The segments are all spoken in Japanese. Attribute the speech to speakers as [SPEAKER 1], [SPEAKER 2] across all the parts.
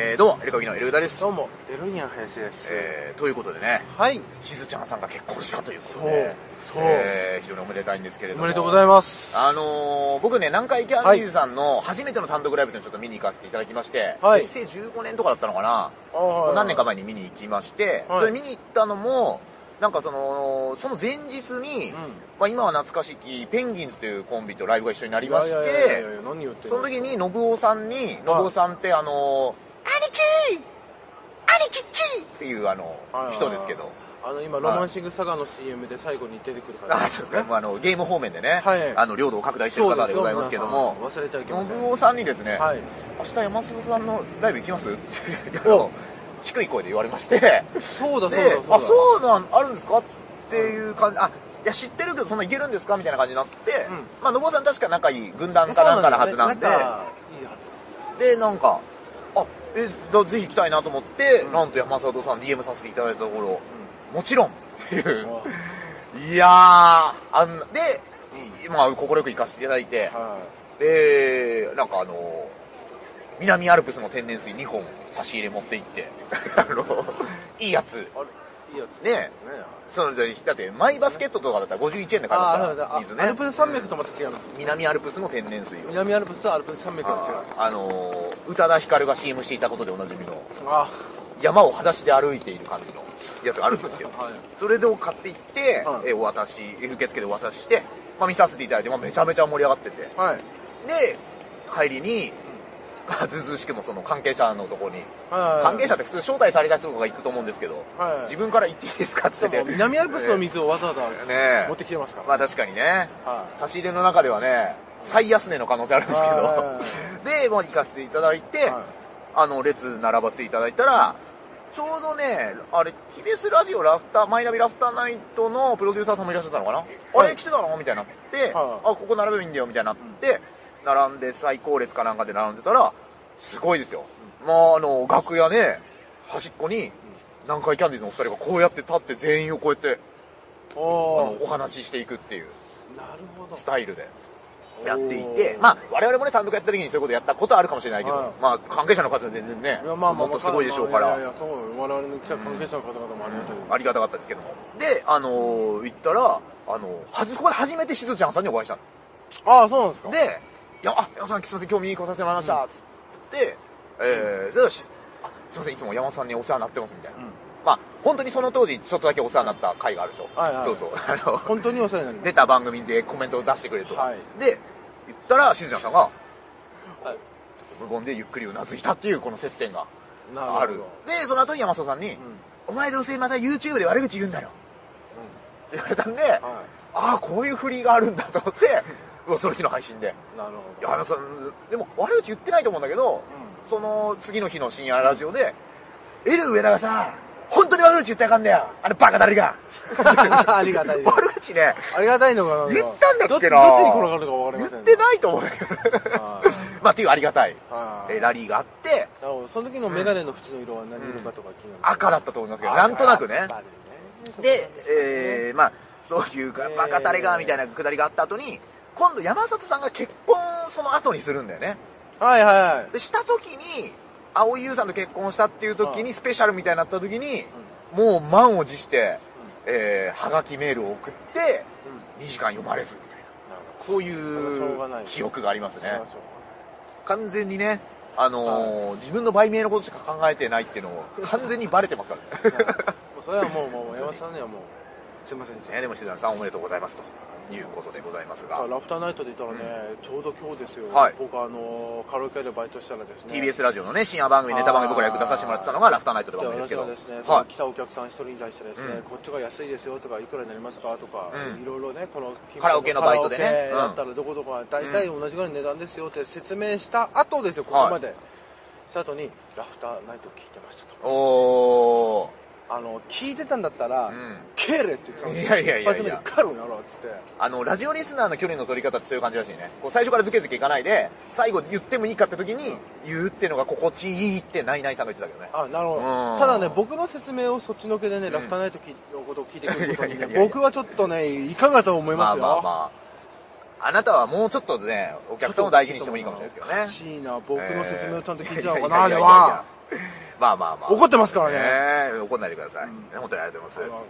[SPEAKER 1] えー、どうも、エルカビのエルウダです。
[SPEAKER 2] どうも、エルニアン林です。
[SPEAKER 1] えー、ということでね、
[SPEAKER 2] はい。
[SPEAKER 1] しずちゃんさんが結婚したということで、
[SPEAKER 2] そうそう
[SPEAKER 1] えー、非常におめでたいんですけれ
[SPEAKER 2] お
[SPEAKER 1] ども。
[SPEAKER 2] めでとうござい
[SPEAKER 1] ま
[SPEAKER 2] ます。
[SPEAKER 1] あのー、僕ね、南海キャンディーズさんの初めての単独ライブというのをちょっと見に行かせていただきまして、
[SPEAKER 2] はい
[SPEAKER 1] 結成15年とかだったのかな、
[SPEAKER 2] あ
[SPEAKER 1] 何年か
[SPEAKER 2] 前。
[SPEAKER 1] 前に見に行きまして、
[SPEAKER 2] はい
[SPEAKER 1] それ見に行ったのも、なんかその、その前日に、
[SPEAKER 2] うん。
[SPEAKER 1] まあ今は懐かしき、ペンギンズというコンビとライブが一緒にな
[SPEAKER 2] あ
[SPEAKER 1] りまして、
[SPEAKER 2] 何言ってん
[SPEAKER 1] その時に、信夫さんに、信夫さんってあの、兄貴兄貴っきっていうあの
[SPEAKER 2] はいはいは、い
[SPEAKER 1] 人ですけど。
[SPEAKER 2] あの、今、ロマンシングサガの CM で最後に出てくるから。
[SPEAKER 1] あ、そうですか。もうあの、ゲーム方面でね
[SPEAKER 2] はい、
[SPEAKER 1] あの、領土を拡大してる
[SPEAKER 2] そ
[SPEAKER 1] 方
[SPEAKER 2] うで
[SPEAKER 1] ですございますけども、
[SPEAKER 2] 皆さん忘れちゃいけません。
[SPEAKER 1] 信夫さんにですね、
[SPEAKER 2] はい。
[SPEAKER 1] 明日山里さんのライブ行き ますって、あ
[SPEAKER 2] お
[SPEAKER 1] の低い声で言われまして、
[SPEAKER 2] そうだ、そう
[SPEAKER 1] で
[SPEAKER 2] だ、、そうだ。
[SPEAKER 1] あ、そうなん、あるんですかつっていう感じ、あ、いや、知ってるけど、そんないけるんですかみたいな感じになって
[SPEAKER 2] うん、
[SPEAKER 1] まあ、信夫さん確か仲いい軍団かなんかのはずなんで、
[SPEAKER 2] そうだねなんかいいはずです。
[SPEAKER 1] で、なんか、あ、え、だぜひ行きたいなと思って、
[SPEAKER 2] うん
[SPEAKER 1] なんと山里さん DM させていただいたところ、もちろん っていう
[SPEAKER 2] うん。。
[SPEAKER 1] いやー、あんな、で、いまあ、快く行かせていただいて、
[SPEAKER 2] は
[SPEAKER 1] で、なんかあの、南アルプスの天然水2本差し入れ持って行って、 あの、いいやつ
[SPEAKER 2] い。。あれ、いいやつ。
[SPEAKER 1] ねえ
[SPEAKER 2] ですね。
[SPEAKER 1] それで、だって、マイバスケットとかだったら51円で買いま
[SPEAKER 2] あ
[SPEAKER 1] す
[SPEAKER 2] あ、
[SPEAKER 1] から、
[SPEAKER 2] あ
[SPEAKER 1] 水ね。
[SPEAKER 2] アルプス山脈とまた違います。
[SPEAKER 1] 南アルプスの天然水を。
[SPEAKER 2] 南アルプスとアルプス山脈が違う。
[SPEAKER 1] ああの、宇多田ヒカルが CM していたことでおなじみの。
[SPEAKER 2] あ
[SPEAKER 1] 山を裸足で歩いている感じのやつがあるんですけど、
[SPEAKER 2] はい
[SPEAKER 1] それでを買っていって、
[SPEAKER 2] はい
[SPEAKER 1] えお渡し、受付でお渡しして、まあ、見させていただいて、まあ、めちゃめちゃ盛り上がってて、で、
[SPEAKER 2] あ。はい。
[SPEAKER 1] 帰りに、まあ、ずうずうしくもその関係者のとこに、
[SPEAKER 2] はい
[SPEAKER 1] 関係者って普通招待された人とか行くと思うんですけど、
[SPEAKER 2] はい
[SPEAKER 1] 自分から行っていいですかって言
[SPEAKER 2] し
[SPEAKER 1] っ
[SPEAKER 2] かも
[SPEAKER 1] て。
[SPEAKER 2] 南アルプスの水をわざわざ
[SPEAKER 1] ね
[SPEAKER 2] 持ってきてますから。
[SPEAKER 1] まあ確かにね、
[SPEAKER 2] はい
[SPEAKER 1] 差し入れの中ではね、最安値の可能性あるんですけ
[SPEAKER 2] は
[SPEAKER 1] ど、 で、もう行かせていただいて、
[SPEAKER 2] はい
[SPEAKER 1] あの、列並ばっていただいたら、ちょうどね、あれ、TBS ラジオラフター、マイナビラフターナイトのプロデューサーさんもいらっしゃったのかな、
[SPEAKER 2] はい
[SPEAKER 1] あれ来てたのみたいになって、
[SPEAKER 2] は
[SPEAKER 1] あ、ここ並べばいいんだよ、みたいになって、並んで、最高列かなんかで並んでたら、すごいですよ。まあ、あの、楽屋ね、端っこに、南海キャンディーズのお二人がこうやって立って全員をこうやって、あの、
[SPEAKER 2] おー
[SPEAKER 1] お話ししていくっていう
[SPEAKER 2] なるほど
[SPEAKER 1] スタイルで。やっていて
[SPEAKER 2] お、ー
[SPEAKER 1] まあ、我々もね、単独やった時にそういうことやったことあるかもしれないけど、
[SPEAKER 2] はい
[SPEAKER 1] まあ、関係者の数は全然ね、
[SPEAKER 2] いやまあまあ
[SPEAKER 1] もっとすごいでしょうか
[SPEAKER 2] いやい
[SPEAKER 1] ら、
[SPEAKER 2] やそう我々の来た関係者の方々もありがたいです
[SPEAKER 1] ありがたかったですけども。で、あのー行ったら、あのーはじ、ここで初めてしずちゃんさんにお会いしたの。
[SPEAKER 2] ああそうなんですか
[SPEAKER 1] で、いや、あ、山本さん、すいません、今日見に来させてもらいました、つって、えー、それし、あ、すいません、いつも山本さんにお世話になってます、みたいな。
[SPEAKER 2] うん
[SPEAKER 1] まあ、本当にその当時、ちょっとだけお世話になった回があるでしょ。
[SPEAKER 2] はいはい
[SPEAKER 1] そうそう。あの、
[SPEAKER 2] 本当にお世話になります
[SPEAKER 1] 出た番組でコメントを出してくれると。
[SPEAKER 2] はい
[SPEAKER 1] で、言ったら、しずちゃんさんが、
[SPEAKER 2] はい
[SPEAKER 1] 無言でゆっくりうなずいたっていうこの接点が
[SPEAKER 2] な
[SPEAKER 1] ある。で、その後に山里さんに、お前どうせまた YouTube で悪口言うんだよ。って言われたんで、ああ、こういう振りがあるんだと思って、うわその日の配信で。
[SPEAKER 2] なるほ
[SPEAKER 1] い
[SPEAKER 2] ど
[SPEAKER 1] や、あのさ、でも悪口言ってないと思うんだけど、
[SPEAKER 2] うん
[SPEAKER 1] その次の日の深夜ラジオで、エル上田がさ、本当に悪口言ったらあかんだよ。あのバカだれが。
[SPEAKER 2] ありがた いです
[SPEAKER 1] 悪口ね、
[SPEAKER 2] ありがたいのかな
[SPEAKER 1] 言ったんだっけな
[SPEAKER 2] どっちどっちに転がるか分かり
[SPEAKER 1] 言
[SPEAKER 2] ま
[SPEAKER 1] っ
[SPEAKER 2] せん
[SPEAKER 1] てないと思うんだけど。
[SPEAKER 2] はい
[SPEAKER 1] まあ、っていうありがたい、
[SPEAKER 2] はい
[SPEAKER 1] えーラリーがあって、
[SPEAKER 2] なるほどその時のメガネの縁の色は何色かとか気になる
[SPEAKER 1] 赤だったと思いますけど、なんとなく
[SPEAKER 2] や
[SPEAKER 1] ね
[SPEAKER 2] っ。ぱりね
[SPEAKER 1] で、えー、まあ、そういうか
[SPEAKER 2] え、ー
[SPEAKER 1] バカタレが、みたいなくだりがあった後に、今度山里さんが結婚その後にするんだよね。
[SPEAKER 2] はいはいはい
[SPEAKER 1] で、した時に、青井優さんと結婚したっていう時
[SPEAKER 2] は
[SPEAKER 1] に、スペシャルみたいになった時に、もう満を持して、えー、はがきメールを送って、2時間読まれず、みたいな。
[SPEAKER 2] なるほ
[SPEAKER 1] そう
[SPEAKER 2] それはしょうが
[SPEAKER 1] い
[SPEAKER 2] ないう
[SPEAKER 1] 記憶があります
[SPEAKER 2] ど
[SPEAKER 1] ね。完全にね、あのー、自分の売名のことしか考えてないっていうのを、完全にバレてますから ね。
[SPEAKER 2] もうそれはもうもう山田さんにはもうすいませんでし た
[SPEAKER 1] ね、でも静さんおめでとうございますということでございますが、
[SPEAKER 2] ラフターナイトで言ったらね、ちょうど今日ですよ、
[SPEAKER 1] はい
[SPEAKER 2] 僕あのカラオケでバイトしたらですね
[SPEAKER 1] TBS ラジオのね、深夜番組、ネタ番組僕ら役出させてもらってたのがラフターナイトで
[SPEAKER 2] で
[SPEAKER 1] 番組ですけ
[SPEAKER 2] 私
[SPEAKER 1] ど、
[SPEAKER 2] は
[SPEAKER 1] は
[SPEAKER 2] ですね、
[SPEAKER 1] い。
[SPEAKER 2] 来たお客さん一人に対してですね、
[SPEAKER 1] うん
[SPEAKER 2] こっちが安いですよとかいくらになりますかとか、
[SPEAKER 1] うん
[SPEAKER 2] いろいろねこの
[SPEAKER 1] カラオケのバイトでね
[SPEAKER 2] カラオケ
[SPEAKER 1] うん
[SPEAKER 2] だったらどこどこが大体同じぐらいの値段ですよって説明した後ですよここまで、した後にラフターナイト聞いてましたと
[SPEAKER 1] おー、
[SPEAKER 2] あの聞いてたんだったら、
[SPEAKER 1] うん
[SPEAKER 2] 帰れって言ってたんですよ
[SPEAKER 1] いやいやいやいや
[SPEAKER 2] 一発目に帰ろうやろうっつって
[SPEAKER 1] あの、ラジオリスナーの距離の取り方ってそういう感じらしいね。こう最初からズケズケいかないで、最後言ってもいいかって時に、言うっていうのが心地いいってナイナイさんが言ってたけどね。
[SPEAKER 2] あなるほ
[SPEAKER 1] う
[SPEAKER 2] ど
[SPEAKER 1] ん
[SPEAKER 2] ただね僕の説明をそっちのけでね、ラフターナイト聞いのことを聞いてくることに
[SPEAKER 1] いや
[SPEAKER 2] ね
[SPEAKER 1] いやいや
[SPEAKER 2] 僕はちょっとねいかがと思い
[SPEAKER 1] ま
[SPEAKER 2] ま
[SPEAKER 1] あ
[SPEAKER 2] すよ
[SPEAKER 1] まあまあ。あなたはもうちょっとね、お客さんを大事にしてもいいかもしれないですけど
[SPEAKER 2] お
[SPEAKER 1] ね
[SPEAKER 2] か。しいな僕の説明をちゃんと聞いちゃうの
[SPEAKER 1] の
[SPEAKER 2] かなあれは
[SPEAKER 1] まあまあまあ。
[SPEAKER 2] 怒ってますからね
[SPEAKER 1] ねえ。怒んないでください。
[SPEAKER 2] う
[SPEAKER 1] ね
[SPEAKER 2] ん
[SPEAKER 1] 本当にありがとうございます。
[SPEAKER 2] あ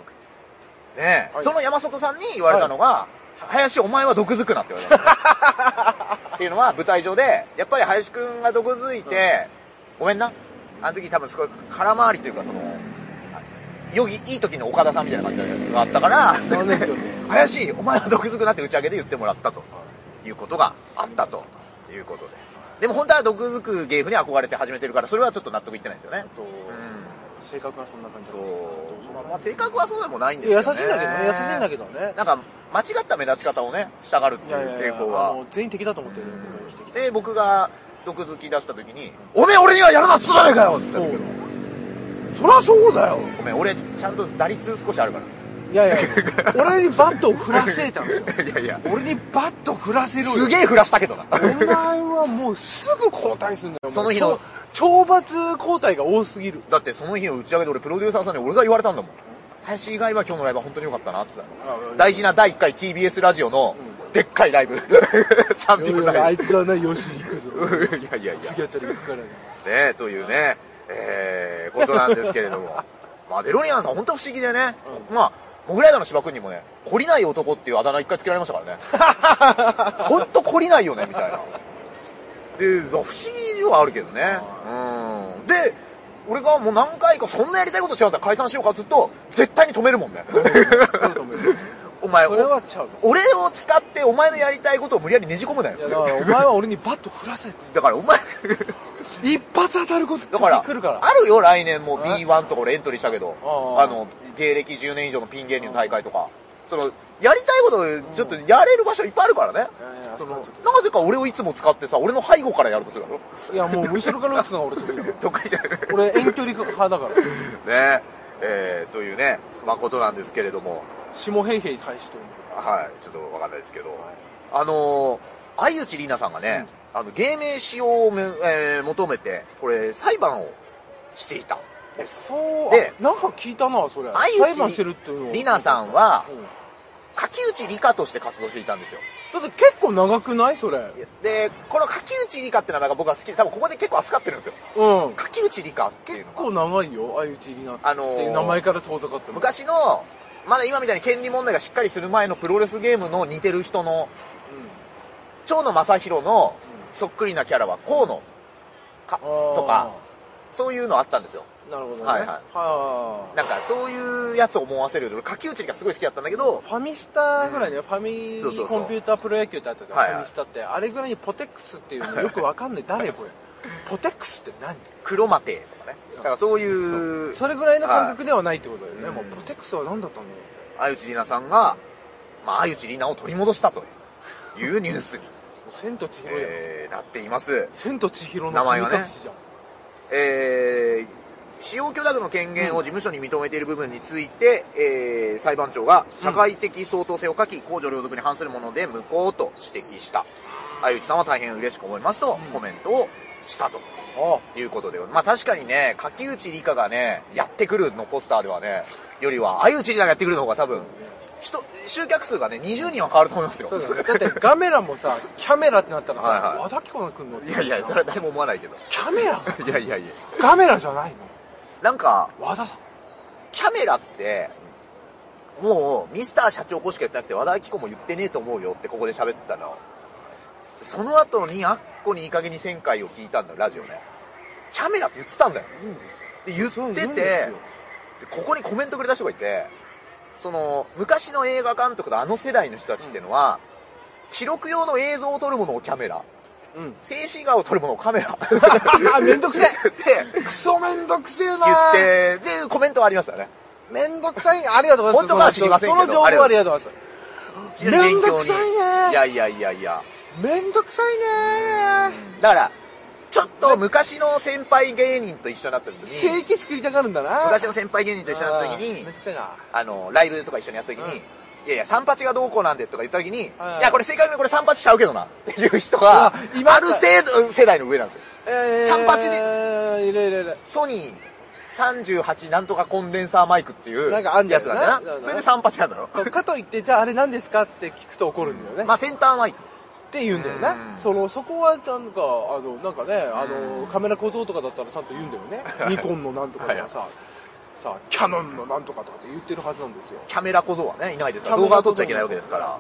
[SPEAKER 1] ねえ、
[SPEAKER 2] はい
[SPEAKER 1] その山里さんに言われたのが、林お前は毒づくなって言われたん ですよ。っていうのは舞台上で、やっぱり林くんが毒づいて、ごめんな。あの時多分すごい空回りというかその、よぎ、いい時の岡田さんみたいな感じがあったから、それ
[SPEAKER 2] 残念だ
[SPEAKER 1] で
[SPEAKER 2] よね
[SPEAKER 1] 林、お前は毒づくなって打ち上げで言ってもらったということがあったということで。でも本当は毒づく芸風に憧れて始めてるから、それはちょっと納得いってないですよね。
[SPEAKER 2] と、
[SPEAKER 1] うん。
[SPEAKER 2] 性格がそんな感じだ
[SPEAKER 1] そ
[SPEAKER 2] った
[SPEAKER 1] う。まあ、まあ性格はそうでもないんです
[SPEAKER 2] いや
[SPEAKER 1] よ
[SPEAKER 2] 優
[SPEAKER 1] ね。
[SPEAKER 2] しいんだけどね優しいんだけどね
[SPEAKER 1] なんか、間違った目立ち方をね、したがるって
[SPEAKER 2] い
[SPEAKER 1] い
[SPEAKER 2] やいや
[SPEAKER 1] う
[SPEAKER 2] いや
[SPEAKER 1] 傾向
[SPEAKER 2] あ
[SPEAKER 1] が
[SPEAKER 2] の。全員敵だと思ってる僕が生きてきて
[SPEAKER 1] で、僕が、毒づき出した時に、おめえ俺にはやるなっつったじゃねえかよっつった
[SPEAKER 2] そ
[SPEAKER 1] んだ
[SPEAKER 2] う
[SPEAKER 1] けど。
[SPEAKER 2] そりゃそうだよ
[SPEAKER 1] ごめん、俺ち、ちゃんと打率少しあるか
[SPEAKER 2] いやいや俺にバットを振らせたんですよ
[SPEAKER 1] ら。いやいや。
[SPEAKER 2] 俺にバット振らせろよ
[SPEAKER 1] すげえ振らしたけどな。
[SPEAKER 2] お前はもうすぐ交代すんだよ。
[SPEAKER 1] その日の
[SPEAKER 2] もう懲懲罰交代が多すぎる。
[SPEAKER 1] だってその日の打ち上げで俺プロデューサーさんに俺が言われたんだもん。林以外は今日のライブは本当に良かったなって言ってたの
[SPEAKER 2] あ
[SPEAKER 1] 大事な第1回 TBS ラジオの、でっかいライブ。 チャンピオン
[SPEAKER 2] あ
[SPEAKER 1] ライ
[SPEAKER 2] いつはな、よし、行くぞ。
[SPEAKER 1] ブ。 いやいやいや。
[SPEAKER 2] 次あたり行くからね。
[SPEAKER 1] ね、というね、えー、ことなんですけれど も。まあ、デロリアンさん本当不思議でね、
[SPEAKER 2] う
[SPEAKER 1] まあ、モグライダーの芝君にもね、懲りない男っていうあだ名一回つけられましたから ね。ほんと懲りないよね、みたいな。で、まあ不思議ではあるけどね。うん。で、俺がもう何回かそんなやりたいことしちゃうんだったら解散しようかっつうと、絶対に止めるもんね。
[SPEAKER 2] そうだと思うよ。
[SPEAKER 1] お前、
[SPEAKER 2] それ
[SPEAKER 1] お
[SPEAKER 2] はちゃうの。
[SPEAKER 1] 俺を使ってお前のやりたいことを無理やりねじ込むなよ
[SPEAKER 2] い。や、だからお前は俺にバット振らせって。
[SPEAKER 1] だからお前、
[SPEAKER 2] 一発当たること
[SPEAKER 1] だから、
[SPEAKER 2] 来るから。
[SPEAKER 1] あるよ、来年もう
[SPEAKER 2] え
[SPEAKER 1] B1 とか俺エントリーしたけど、
[SPEAKER 2] あ
[SPEAKER 1] あ
[SPEAKER 2] あ
[SPEAKER 1] の、芸歴10年以上のピン芸人の大会とか、その、やりたいこと、ちょっとやれる場所いっぱいあるからね。
[SPEAKER 2] いやいや
[SPEAKER 1] そ
[SPEAKER 2] そ
[SPEAKER 1] の
[SPEAKER 2] うちょっ、
[SPEAKER 1] なぜか俺をいつも使ってさ、俺の背後からやるとするだろ
[SPEAKER 2] いや、もう後ろから打つのは俺得意だから。
[SPEAKER 1] 得意じゃない。ね
[SPEAKER 2] 俺遠距離派だから。
[SPEAKER 1] えー、というね、まあ、ことなんですけれども、
[SPEAKER 2] 下平平に対してるんだか
[SPEAKER 1] はい、ちょっとわかんないですけど、
[SPEAKER 2] はい
[SPEAKER 1] あのー、相内里奈さんがね、あの、芸名使用をめ、えー求めて、これ、裁判をしていたんで
[SPEAKER 2] ら。
[SPEAKER 1] す。
[SPEAKER 2] そう、
[SPEAKER 1] で
[SPEAKER 2] あなんか聞いたな、それ。
[SPEAKER 1] 相内
[SPEAKER 2] 裁判してるっていうのを
[SPEAKER 1] 里奈さんは
[SPEAKER 2] う、ん
[SPEAKER 1] 柿内理香として活動していたんですよ。
[SPEAKER 2] だって結構長くないそれ。うん。
[SPEAKER 1] で、この柿内理香って名前が僕は好きで、多分ここで結構扱ってるんですよ。柿内理香っていう
[SPEAKER 2] 結
[SPEAKER 1] の
[SPEAKER 2] 構
[SPEAKER 1] が、
[SPEAKER 2] 長いよ、相内里奈
[SPEAKER 1] あのー
[SPEAKER 2] っていう名前から遠ざかってる。
[SPEAKER 1] 昔の、まだ今みたいに権利問題がしっかりする前のプロレスゲームの似てる人の、蝶野正宏のそっくりなキャラは河野か、
[SPEAKER 2] うん
[SPEAKER 1] とか、そういうのあったんですよ。
[SPEAKER 2] あーなるほどね。
[SPEAKER 1] はいはい
[SPEAKER 2] は
[SPEAKER 1] なんかそういうやつを思わせるより、柿内理香すごい好きだったんだけど、
[SPEAKER 2] ファミスタぐらいね、ファミ
[SPEAKER 1] そうそうそう
[SPEAKER 2] コンピュータープロ野球ってあったじゃん、
[SPEAKER 1] はいはい
[SPEAKER 2] ファミスタって。あれぐらいにポテックスっていうのよくわかんない。誰 これ。ポテックスって何
[SPEAKER 1] 黒マテとかね。だからそういう、
[SPEAKER 2] それぐらいの感覚ではないってことだよね。
[SPEAKER 1] はい
[SPEAKER 2] もう
[SPEAKER 1] うん
[SPEAKER 2] ポテックスは何だったんだろうって。
[SPEAKER 1] 相内里奈さんが、まあ相内里奈を取り戻したというニュースに、
[SPEAKER 2] もう千と千尋やん。
[SPEAKER 1] えーなっています。
[SPEAKER 2] 千と千尋の
[SPEAKER 1] 名前がね
[SPEAKER 2] 神隠しじゃん。
[SPEAKER 1] えー、使用許諾の権限を事務所に認めている部分について、えー、裁判長が社会的相当性を欠き、公序良俗に反するもので無効と指摘した。相内さんは大変嬉しく思いますと
[SPEAKER 2] うん
[SPEAKER 1] コメントをしたと
[SPEAKER 2] あ
[SPEAKER 1] いうことで、まあ確かにね、柿内理香がね、やってくるのポスターではね、よりは相内理香がやってくるの方が多分、人、集客数がね、20人は変わると思いますよ。
[SPEAKER 2] そうだ,、ね、だってガメラもさ、キャメラってなったらさ、
[SPEAKER 1] はいはい
[SPEAKER 2] 和田貴子が来ん の
[SPEAKER 1] いやいや、それは誰も思わない けど。
[SPEAKER 2] キャメラ
[SPEAKER 1] いやいやいや。
[SPEAKER 2] ガメラじゃないの
[SPEAKER 1] なんか、
[SPEAKER 2] 和田さん。
[SPEAKER 1] キャメラって、もう、ミスター社長こしか言ってなくて、和田アキ子も言ってねえと思うよってここで喋ったの。その後に、あっこにいい加減に1000回を聞いたんだよ、ラジオね。キャメラって言ってたんだよ。
[SPEAKER 2] いいんですよ。
[SPEAKER 1] で、言ってて、
[SPEAKER 2] いいんですよ
[SPEAKER 1] でここにコメントくれた人がいて、その、昔の映画監督とあの世代の人たちってのは、記録用の映像を撮るものをキャメラ、
[SPEAKER 2] うん。
[SPEAKER 1] 静止画を撮るものをカメ ラ。
[SPEAKER 2] あ、めんどくせえ
[SPEAKER 1] って
[SPEAKER 2] クソめんどくせえな
[SPEAKER 1] 言って、で、コメントがありましたね。
[SPEAKER 2] めんどくさいありがとうございま
[SPEAKER 1] 本
[SPEAKER 2] す。
[SPEAKER 1] 当かは知りませんけど
[SPEAKER 2] その情報ありがとうございます。めんどくさい
[SPEAKER 1] い
[SPEAKER 2] ね
[SPEAKER 1] やいやいやいや。
[SPEAKER 2] めんどくさいね
[SPEAKER 1] だから、ちょっと昔の先輩芸人と一緒になった時
[SPEAKER 2] 正
[SPEAKER 1] に、
[SPEAKER 2] 規作りたがるんだな
[SPEAKER 1] 昔の先輩芸人と一緒になった時
[SPEAKER 2] あー
[SPEAKER 1] に
[SPEAKER 2] めんど、くさいな。
[SPEAKER 1] あの、ライブとか一緒にやった時
[SPEAKER 2] うん
[SPEAKER 1] に、いやいや、三八がどうこうなんでとか言った時に、い
[SPEAKER 2] うん
[SPEAKER 1] や、これ正確にこれ三八ちゃうけどな、っていう人が、
[SPEAKER 2] うん今
[SPEAKER 1] ある程度世代の上なんですよ。
[SPEAKER 2] え
[SPEAKER 1] 三八
[SPEAKER 2] で。いろいろいろ。
[SPEAKER 1] ソニー38なんとかコンデンサーマイクっていう
[SPEAKER 2] な
[SPEAKER 1] や
[SPEAKER 2] ん
[SPEAKER 1] つな
[SPEAKER 2] かあ
[SPEAKER 1] ん
[SPEAKER 2] んだよ
[SPEAKER 1] だ
[SPEAKER 2] な
[SPEAKER 1] よ
[SPEAKER 2] そうだ
[SPEAKER 1] な。
[SPEAKER 2] ね
[SPEAKER 1] それで38なんだろ。
[SPEAKER 2] かといって、じゃああれ何ですかって聞くと怒るんだよね。
[SPEAKER 1] まあ、センターマイク。
[SPEAKER 2] って言うんだよね、
[SPEAKER 1] うん
[SPEAKER 2] そのそこはなんかあのなんかねあの、
[SPEAKER 1] うん
[SPEAKER 2] カメラ小僧とかだったらちゃんと言うんだよねニコンのなんとかとかささキャノンのなんとかとかって言ってるはずなんですよ
[SPEAKER 1] キャメラ小僧はね、いないですから、動画は撮っちゃいけないわけですから。ね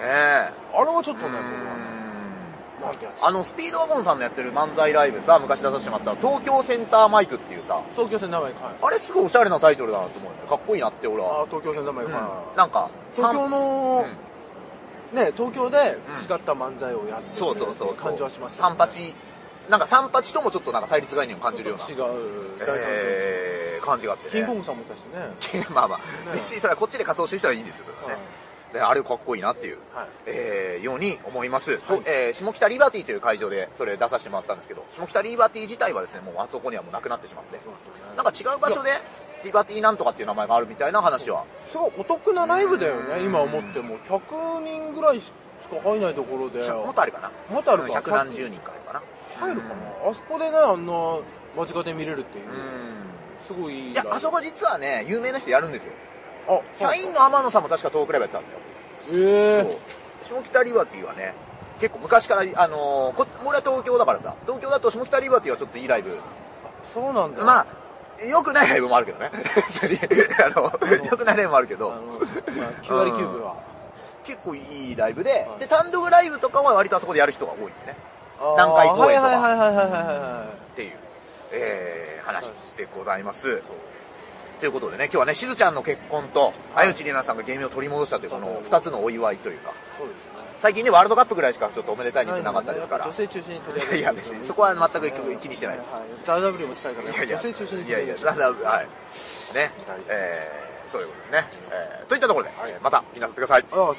[SPEAKER 1] え。
[SPEAKER 2] うんあれはちょっ
[SPEAKER 1] う
[SPEAKER 2] とね僕はね
[SPEAKER 1] ん
[SPEAKER 2] なんてやつ
[SPEAKER 1] あの、スピードワゴンさんのやってる漫才ライブさ、昔出させてもらった東京センターマイクっていうさ、
[SPEAKER 2] 東京線名前はい
[SPEAKER 1] あれすごいおしゃれなタイトルだなと思うよね。かっこいいなって、俺
[SPEAKER 2] あ
[SPEAKER 1] は。
[SPEAKER 2] 東京線名前
[SPEAKER 1] う
[SPEAKER 2] はい、
[SPEAKER 1] ん。なんか、
[SPEAKER 2] 東京
[SPEAKER 1] 三
[SPEAKER 2] の、
[SPEAKER 1] うん
[SPEAKER 2] ね東京で違った漫才をやって
[SPEAKER 1] そう
[SPEAKER 2] る
[SPEAKER 1] そうそうそう。
[SPEAKER 2] 感じはしますよ
[SPEAKER 1] 三八、なんか三八ともちょっとなんか対立概念を感じるような
[SPEAKER 2] ちょっ、と違う第三者、
[SPEAKER 1] えー、感じがあってね。
[SPEAKER 2] キングコングさんもいたしね、
[SPEAKER 1] まあまあ、
[SPEAKER 2] ね
[SPEAKER 1] 別にそれはこっちで活動してる人はいいんですよ、それはね。で、あれかっこいいなっていう、
[SPEAKER 2] はい
[SPEAKER 1] えー、ように思います。
[SPEAKER 2] はい
[SPEAKER 1] とえー下北リバティという会場でそれ出させてもらったんですけど、下北リバティ自体はですね、もう松尾にはもうなくなってしまって、なんか違う場所で、リバティなんとかっていう名前があるみたいな話は。
[SPEAKER 2] すごいお得なライブだよ
[SPEAKER 1] う
[SPEAKER 2] ね
[SPEAKER 1] ん
[SPEAKER 2] 今思っても100人ぐらいしか入んないところで
[SPEAKER 1] ひゃもっとあるかな
[SPEAKER 2] もっとあるか
[SPEAKER 1] 百何十人かあるかな。
[SPEAKER 2] 入るかなあそこでねあんな間近で見れるっていう
[SPEAKER 1] うん。うん
[SPEAKER 2] すごい
[SPEAKER 1] いや、あそ
[SPEAKER 2] こ
[SPEAKER 1] こ実はね、有名な人やるんですよ。
[SPEAKER 2] あ
[SPEAKER 1] キャインの天野さんも確かトークライブやってたんですよ。
[SPEAKER 2] ええ
[SPEAKER 1] そう。下北リバティはね、結構昔から、あのーこ、俺は東京だからさ、東京だと下北リバティはちょっといいライブ。
[SPEAKER 2] そうなんだ
[SPEAKER 1] まあ、良くないライブもあるけどね。 別に、あの、良くないライブもあるけ
[SPEAKER 2] あ
[SPEAKER 1] ど
[SPEAKER 2] の、まあ9割9分は
[SPEAKER 1] 結構いいライブで
[SPEAKER 2] は、い
[SPEAKER 1] で、単独ライブとかは割とあそこでやる人が多いんでね。
[SPEAKER 2] あー
[SPEAKER 1] 南海公演とか
[SPEAKER 2] はいはいはいはいはいは
[SPEAKER 1] っていう、えー、話でございます。ということでね、今日はね、しずちゃんの結婚と、あゆちりなさんが芸名を取り戻したという、この二つのお祝いというか、
[SPEAKER 2] いそうですね
[SPEAKER 1] 最近ね、ワールドカップぐらいしかちょっとおめでたいニュースなかったですから
[SPEAKER 2] 女。性中心に取り上げ
[SPEAKER 1] いや別にそこは全く気にしてないです
[SPEAKER 2] はいザ・ W も近いから
[SPEAKER 1] いやいや、
[SPEAKER 2] 女性中心
[SPEAKER 1] い
[SPEAKER 2] に
[SPEAKER 1] や
[SPEAKER 2] 取り上
[SPEAKER 1] い
[SPEAKER 2] げ
[SPEAKER 1] や、
[SPEAKER 2] ましょう
[SPEAKER 1] だだ、はい。ね
[SPEAKER 2] 大事です。
[SPEAKER 1] えー、そういうことですね。えー、といったところで、えーまた、気になさってください。
[SPEAKER 2] あ